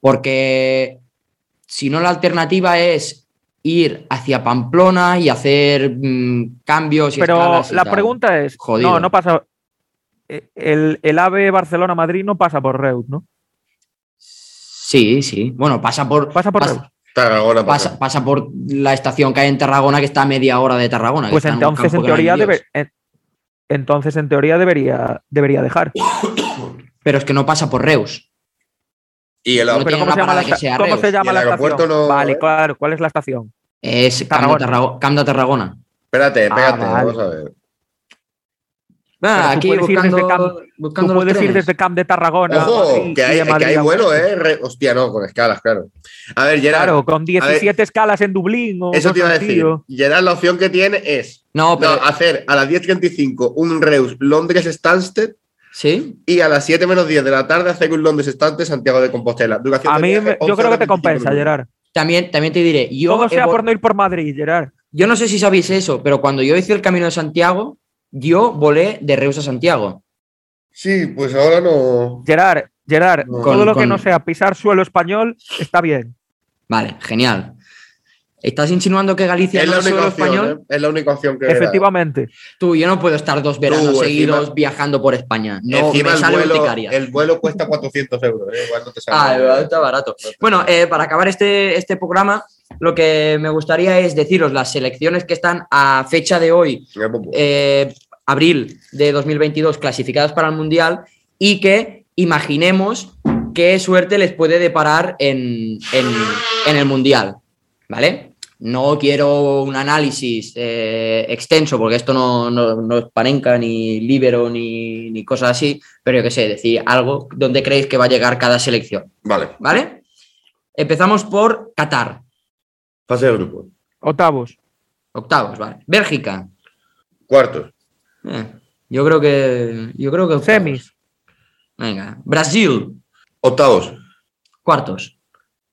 S2: Porque si no, la alternativa es ir hacia Pamplona y hacer mm, cambios y
S4: Pero
S2: escalas y
S4: la
S2: tal.
S4: pregunta es:
S2: Jodido.
S4: No, no pasa. eh, El, el AVE Barcelona-Madrid no pasa por Reus, ¿no?
S2: Sí, sí. Bueno, pasa por.
S4: Pasa por Reus.
S2: Pasa,
S3: Tarragona pasa.
S2: pasa- pasa por la estación que hay en Tarragona, que está a media hora de Tarragona. que
S4: Pues
S2: está un
S4: entonces en
S2: campo
S4: teoría
S2: grandioso.
S4: debe- en- entonces en teoría debería debería dejar.
S2: Pues Pero es que no pasa por Reus.
S3: Y el,
S2: No
S4: Pero
S2: tiene
S4: ¿cómo
S2: una
S4: se llama la,
S2: parada que
S4: esta-
S2: sea
S4: ¿cómo
S2: Reus.
S4: se llama
S3: Y el
S4: la
S3: aeropuerto
S4: estación?
S3: no-
S4: Vale, claro, ¿cuál es la estación?
S2: Es Camp de,
S4: Tarragona.
S2: Tarrago- Camp de Tarragona.
S3: Espérate, espérate,
S4: Ah, vale.
S3: vamos a ver.
S2: Ah,
S4: tú
S2: aquí
S4: puedes ir desde
S2: buscando,
S4: Camp- Tú
S2: buscando los
S4: puedes ir
S2: trenes.
S4: desde Camp de Tarragona. a
S3: Ojo,
S4: Madrid
S3: que
S4: y de
S3: hay, que
S4: Madrid
S3: hay
S4: a-
S3: vuelo, ¿eh? Re- hostia, no, con escalas, claro. A ver, Gerard,
S4: Claro, con 17 escalas en Dublín. o
S3: eso te iba a
S4: cosas así,
S3: decir.
S4: o-
S3: Gerard, la opción que tiene es
S2: No,
S3: no, ah.
S2: pero.
S3: hacer a las 10.35 un Reus Londres-Stansted
S2: ¿Sí?
S3: y a las 7 menos 10 de la tarde hacer un Londres-Stansted Santiago de Compostela. Duración
S4: A
S3: del
S4: mí
S3: viaje,
S4: me- yo
S3: 11
S4: creo que
S3: horas
S4: te
S3: 25
S4: compensa,
S3: minutos.
S4: Gerard.
S2: También, también te diré, yo,
S4: Todo sea
S2: he vo-
S4: por no ir por Madrid, Gerard.
S2: yo no sé si sabéis eso, pero cuando yo hice el Camino de Santiago, yo volé de Reus a Santiago.
S3: Sí, pues ahora no.
S4: Gerard, Gerard,
S3: No.
S4: todo
S2: Con-
S4: lo que
S2: con-
S4: no sea pisar suelo español está bien.
S2: Vale, genial. ¿Estás insinuando que Galicia
S3: Es
S2: no
S3: la,
S2: es
S3: única
S2: solo
S3: opción,
S2: español?
S3: ¿eh? es la única opción que era.
S4: Efectivamente.
S2: Tú, yo no puedo estar dos veranos
S3: Tú, encima-
S2: seguidos viajando por España. No,
S3: Encima
S2: me
S3: el
S2: sale
S3: vuelo,
S2: urticaria.
S3: el vuelo cuesta 400 euros. ¿eh? Igual no te sale.
S2: Ah, de verdad, está barato. Bueno, eh, para acabar este, este programa, lo que me gustaría es deciros las selecciones que están a fecha de hoy,
S3: Señor Pombo.
S2: eh, abril de 2022 clasificadas para el Mundial y que imaginemos qué suerte les puede deparar en, en- en el Mundial, ¿vale? No quiero un análisis eh, extenso porque esto no, no, no es panenca ni libero ni, ni cosas así, pero yo qué sé, decir algo donde creéis que va a llegar cada selección,
S3: Vale,
S2: ¿vale? Empezamos por Qatar,
S3: fase de grupo.
S4: Octavos.
S2: octavos, ¿vale? Bélgica,
S3: Cuartos,
S2: Eh, yo creo que. Yo creo que.
S4: Semis.
S2: Venga. Brasil,
S3: octavos.
S2: cuartos.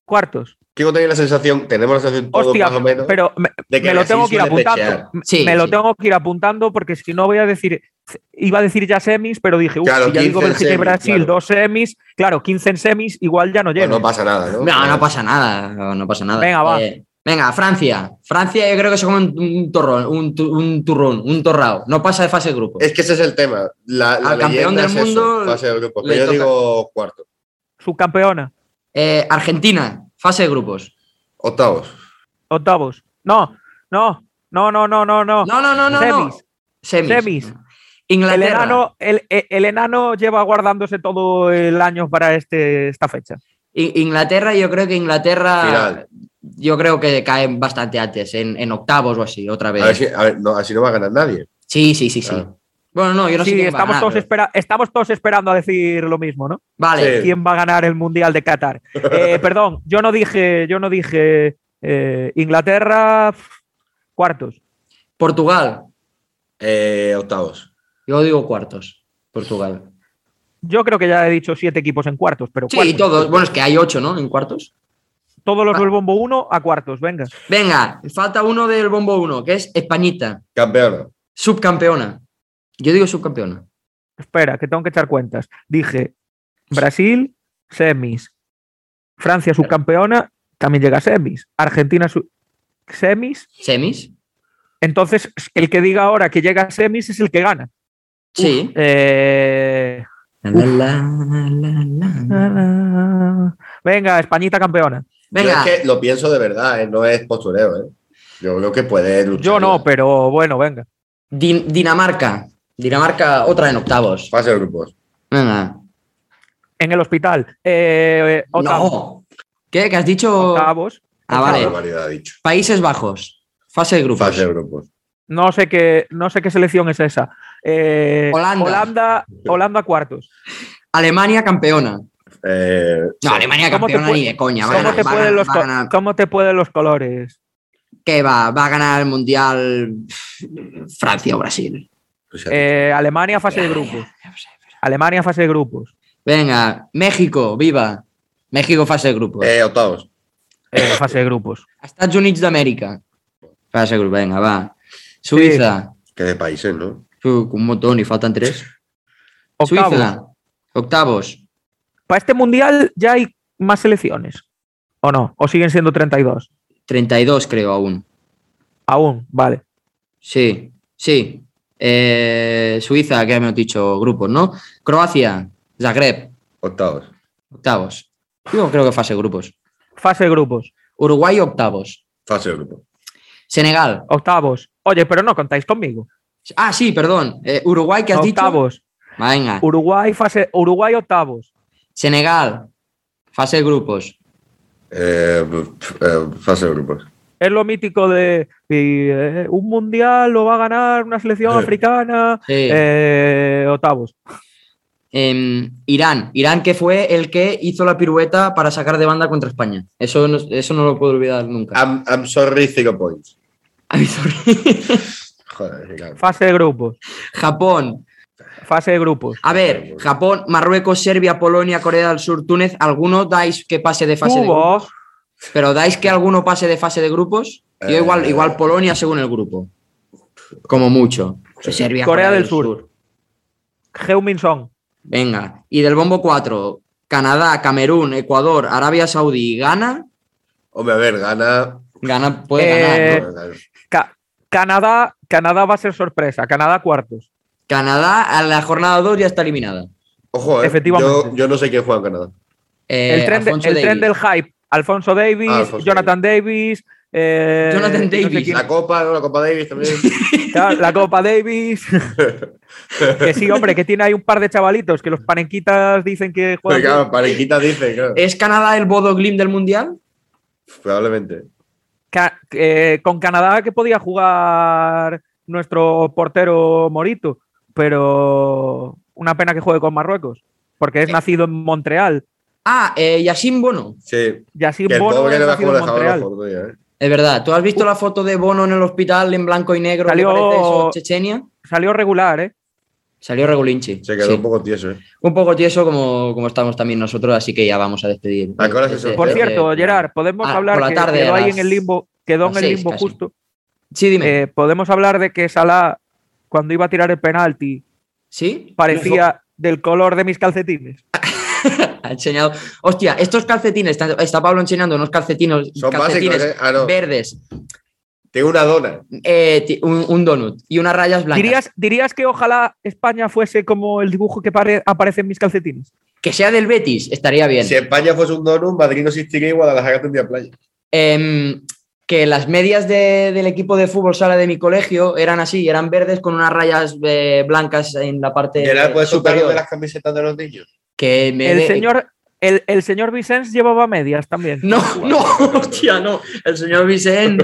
S4: Cuartos.
S3: Tengo también la sensación, tenemos la sensación todos
S4: Hostia,
S3: más o menos,
S4: pero me,
S3: de que
S4: me lo
S3: así
S4: tengo que ir
S3: suele
S4: apuntando.
S3: pechear.
S4: Me-
S2: Sí,
S4: me lo
S2: sí.
S4: tengo que ir apuntando porque si no voy a decir. Iba a decir ya semis, pero dije, uff,
S3: Claro,
S4: si ya
S3: 15
S4: digo
S3: en
S4: Bélgica y
S3: semis,
S4: Brasil,
S3: claro.
S4: dos semis, claro, 15 en semis, igual ya no
S3: Pues
S4: llego.
S3: no pasa nada, ¿no? Pues
S2: No, no pasa nada. No, no pasa nada.
S4: Venga, va.
S2: Eh, venga, Francia. Francia, yo creo que se come un, un torrón, un, tu- un turrón, un torrao. No pasa de fase de grupo.
S3: Es que ese es el tema. La, la
S2: Al campeón
S3: leyenda
S2: del
S3: es eso,
S2: mundo
S3: fase de grupos.
S2: le
S3: Pero yo
S2: toca.
S3: digo cuarto,
S4: Subcampeona.
S2: Eh, Argentina, fase de grupos.
S3: octavos.
S4: Octavos. No, no, no, no, no, no,
S2: No,
S4: no.
S2: no, no, no. no.
S4: Semis.
S2: Semis.
S4: Semis. El
S2: Inglaterra.
S4: enano, el, el- el enano lleva guardándose todo el año para este, esta fecha.
S2: I- Inglaterra, yo creo que Inglaterra.
S3: Final.
S2: Yo creo que caen bastante antes, en, en octavos o así, otra
S3: A ver
S2: vez.
S3: si, a ver, no, así no va a ganar nadie.
S2: Sí, sí, sí, sí.
S3: Ah.
S2: Bueno, no, yo no sé
S4: sí,
S2: quién va a
S4: estamos,
S2: ganar,
S4: todos
S2: pero-
S4: espera- estamos todos esperando a decir lo mismo, ¿no?
S2: Vale,
S3: Sí.
S4: ¿Quién va a ganar el Mundial de Qatar? Eh, perdón, yo no dije, yo no dije eh, Inglaterra pf, cuartos.
S2: Portugal.
S3: Eh, octavos.
S2: Yo digo cuartos. Portugal.
S4: Yo creo que ya he dicho siete equipos en cuartos, pero
S2: Sí,
S4: cuartos.
S2: todos. Bueno, es que hay ocho, ¿no? En cuartos.
S4: Todos los
S2: Ah.
S4: del bombo 1 a cuartos, venga.
S2: Venga, falta uno del bombo uno, que es Españita,
S3: Campeón.
S2: subcampeona. Yo digo subcampeona.
S4: Espera, que tengo que echar cuentas. Dije Brasil, semis. Francia subcampeona, también llega a semis. Argentina su- semis.
S2: ¿Semis?
S4: Entonces, el que diga ahora que llega a semis es el que gana.
S2: Sí.
S4: Eh,
S2: La, la, la, la,
S4: na,
S2: la.
S4: na. Ah. Venga, Españita campeona.
S2: Venga,
S3: Yo es que lo pienso de verdad, ¿eh? no es postureo. ¿eh? Yo creo que puede luchar.
S4: Yo no, pero bueno, venga.
S2: Din- Dinamarca. Dinamarca, otra en octavos.
S3: Fase de grupos.
S2: Venga.
S4: En el hospital. Eh, eh, octavos.
S2: No. ¿Qué? ¿Qué has dicho?
S4: Octavos.
S2: Ah, vale.
S3: Barbaridad, dicho.
S2: Países Bajos, fase de grupos.
S3: Fase de grupos.
S4: No sé qué, no sé qué selección es esa. Eh,
S2: Holanda.
S4: Holanda. Holanda cuartos.
S2: Alemania campeona.
S3: Eh,
S2: No, Alemania
S4: ¿Cómo te
S2: campeona
S4: puede-
S2: ni de coña. Va a
S4: ¿Cómo
S2: ganar,
S4: te,
S2: va a
S4: pueden
S2: ganar,
S4: los
S2: va a
S4: co-
S2: ganar.
S4: cómo te pueden los colores?
S2: ¿Qué va? Va a ganar el Mundial pff, Francia o Brasil.
S3: o sea,
S4: Eh, Alemania fase de
S2: Ya,
S4: grupos.
S2: ya, ya sé, pero-
S4: Alemania fase de grupos.
S2: Venga, México, viva. México fase de grupos.
S3: eh, octavos.
S4: Eh,
S2: [LAUGHS]
S4: fase de grupos.
S2: Estados Unidos de América. Fase de grupos, venga, va. Suiza,
S3: Que de países, ¿no?
S2: Uf, un montón y faltan tres.
S4: Octavos.
S2: Suiza, octavos.
S4: Para este mundial ya hay más selecciones. ¿O no? ¿O siguen siendo 32?
S2: 32 creo aún.
S4: Aún, vale.
S2: Sí, sí. Eh, Suiza, que ya hemos dicho grupos, ¿no? Croacia, Zagreb,
S3: Octavos.
S2: octavos. Yo creo que fase de grupos.
S4: Fase de grupos.
S2: Uruguay, octavos.
S3: Fase de grupos.
S2: Senegal.
S4: Octavos. Oye, pero no contáis conmigo.
S2: Ah, sí, perdón. Eh, Uruguay, que has
S4: Octavos.
S2: dicho? Venga.
S4: Uruguay, fase, Uruguay octavos.
S2: Senegal, fase de grupos.
S3: Eh, pf, eh, fase de grupos.
S4: Es lo mítico de, de, eh, un mundial lo va a ganar una selección
S3: Eh.
S4: africana.
S2: Sí.
S4: eh, octavos.
S2: Em, Irán. Irán, que fue el que hizo la pirueta para sacar de banda contra España. Eso no, eso no lo puedo olvidar nunca.
S4: Ah.
S3: I'm, I'm sorry, zero points.
S2: [LAUGHS] Ay, sorry.
S3: Joder, claro.
S4: Fase de grupos.
S2: Japón,
S4: Fase de grupos.
S2: A ver, Japón, Marruecos, Serbia, Polonia, Corea del Sur, Túnez, ¿alguno dais que pase de fase de grupos?
S4: Cubos.
S2: ¿Pero dais que alguno pase de fase de grupos? Yo
S3: Eh.
S2: igual, igual Polonia según el grupo. Como mucho. Sí, Serbia,
S4: Corea del Sur. Heung-Min-Son.
S2: Venga. Y del bombo 4, Canadá, Camerún, Ecuador, Arabia Saudí y Ghana.
S3: Hombre, a ver, gana.
S2: Gana, puede ganar.
S4: Eh.
S2: ¿no?
S3: Gana.
S4: Ca- Canadá, Canadá va a ser sorpresa. Canadá cuartos.
S2: Canadá a la jornada 2 ya está eliminada.
S3: Ojo, eh,
S4: Efectivamente.
S3: Yo, yo no sé quién juega en Canadá.
S2: Eh,
S4: El, tren, de-
S2: Alfonso
S4: el tren
S2: Davies.
S4: del hype. Alfonso Davis,
S3: Ah, Alfonso
S4: Jonathan Davis. eh,
S2: Jonathan
S4: no sé
S2: Davis.
S4: quién-
S3: La Copa, ¿no? La Copa Davis también.
S4: Claro, la
S3: [LAUGHS]
S4: Copa Davis. que sí, hombre, que tiene ahí un par de chavalitos que los panenquitas dicen que juegan.
S3: Pero
S4: bien.
S3: claro, parejita dice, claro.
S4: Eh,
S2: ¿Es Canadá el Bodo Glim del Mundial?
S3: Probablemente.
S4: Ca- eh, con Canadá que podía jugar nuestro portero Morito, pero una pena que juegue con Marruecos, porque es nacido en Montreal.
S2: Ah, eh, Yassin Bono.
S3: Sí.
S4: Y así
S3: Que el
S4: Bono
S3: pobre
S4: es
S3: le da
S4: nacido
S3: como
S4: en
S3: la jabala
S4: Montreal.
S3: por día, ¿eh?
S2: Es verdad. ¿Tú has visto la foto de Bono en el hospital en blanco y negro?
S4: Uh. Salió-
S2: ¿Qué parece eso, Chechenia?
S4: Salió regular, ¿eh?
S2: Salió Regulinchi.
S3: Se quedó
S2: sí.
S3: un poco tieso, ¿eh?
S2: Un poco tieso como, como estamos también nosotros, así que ya vamos a despedir.
S3: ¿A qué hora se
S2: Este-
S3: sortea?
S4: Por
S2: este-
S4: cierto, Gerard, podemos
S2: Ah,
S4: hablar
S2: por la
S4: que
S2: tarde,
S4: quedó
S2: a
S4: ahí
S2: las-
S4: en el limbo, quedó en
S2: las
S4: el
S2: seis
S4: limbo
S2: casi.
S4: justo.
S2: Sí, dime.
S4: Eh, podemos hablar de que Salah, cuando iba a tirar el penalti,
S2: ¿Sí?
S4: parecía del color de mis calcetines.
S2: Ha enseñado. Hostia, estos calcetines, está, está Pablo enseñando unos calcetines,
S3: Son
S2: calcetines
S3: básicos, ¿eh? Ah, no.
S2: verdes,
S3: Tengo una dona.
S2: eh, ti- un, un donut y unas rayas blancas.
S4: ¿Dirías, ¿Dirías que ojalá España fuese como el dibujo que pare- aparece en mis calcetines?
S2: Que sea del Betis, estaría bien.
S3: Si España fuese un donut, Madrid no existiría y Guadalajara tendría playa.
S2: Em, que las medias de- del equipo de fútbol sala de mi colegio eran así, eran verdes con unas rayas eh, blancas en la parte
S3: Gerard, ¿puedes soltar lo
S2: superior.
S3: pues, de las camisetas de los niños?
S2: Que me
S4: El
S2: de-
S4: señor, el, el señor Vicens llevaba medias también.
S2: No, no, [LAUGHS] hostia, no. El señor Vicent,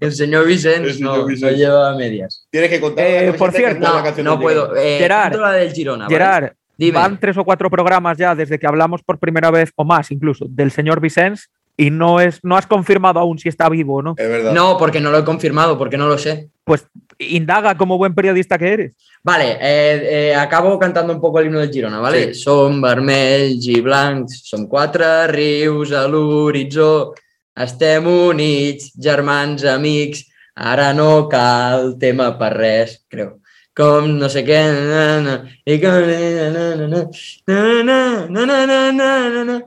S2: el señor Vicent,
S3: El señor
S2: no,
S3: Vicent.
S2: no lleva medias.
S3: Tienes que contar.
S4: Eh,
S3: las camisetas
S4: por
S3: que
S4: cierto,
S3: están en la
S2: No,
S3: canción
S2: no
S3: de
S2: cuento
S3: Gerard.
S2: Eh,
S4: Gerard.
S2: cuento la del Girona. ¿vale?
S4: Gerard,
S2: Dime.
S4: van tres o cuatro programas ya desde que hablamos por primera vez, o más incluso, del señor Vicens y no, es, no has confirmado aún si está vivo o no.
S3: Es verdad.
S2: No, porque no lo he confirmado, porque no lo sé.
S4: Pues indaga como buen periodista que eres.
S2: Vale, eh, eh, acabo cantando un poco el himno del Girona, ¿vale?
S3: Sí.
S2: Son vermells i blancs, som quatre rius a l'horitzó, estem units, germans, amics, ara no cal tema per res, creu. Com no sé què, na, na, i com... Na, na, na, na, na, na, na, na, na, na, na,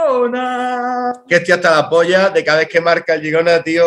S2: Girona.
S3: Que estoy hasta la polla de cada vez que marca el Girona, tío.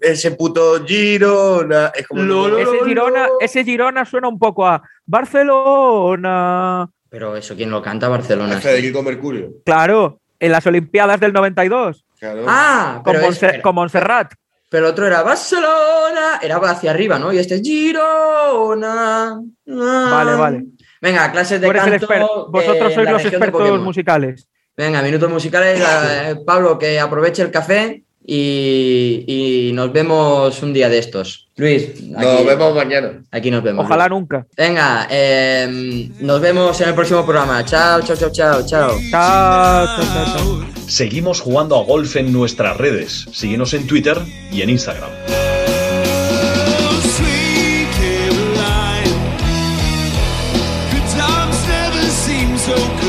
S3: Ese puto Girona. Es como.
S2: Lo, lo,
S4: Ese
S2: lo.
S4: Girona, ese Girona suena un poco a Barcelona.
S2: Pero eso, ¿quién lo canta? Barcelona.
S3: Federico Mercurio.
S4: Claro, en las Olimpiadas del 92,
S3: Claro.
S2: Ah,
S4: con,
S2: pero es-
S4: Monse- con Montserrat.
S2: Pero el otro era Barcelona, era hacia arriba, ¿no? Y este es Girona.
S4: Vale, vale.
S2: Venga, clases Ah, de
S4: Tú eres el
S2: canto.
S4: exper-
S2: eh,
S4: Vosotros
S2: en
S4: sois
S2: la
S4: los
S2: región de
S4: expertos
S2: Pokémon.
S4: musicales.
S2: Venga, minutos musicales. eh, Pablo, que aproveche el café y, y nos vemos un día de estos. Luis, aquí
S3: Nos vemos mañana.
S2: aquí nos vemos.
S4: Ojalá nunca.
S2: Venga, eh, nos vemos en el próximo programa. Chao, chao, chao, chao, chao.
S4: Chao, chao, chao, chao.
S1: Seguimos jugando a golf en nuestras redes. Síguenos en Twitter y en Instagram.
S5: Oh, sweet Caroline. Good times never seem so good.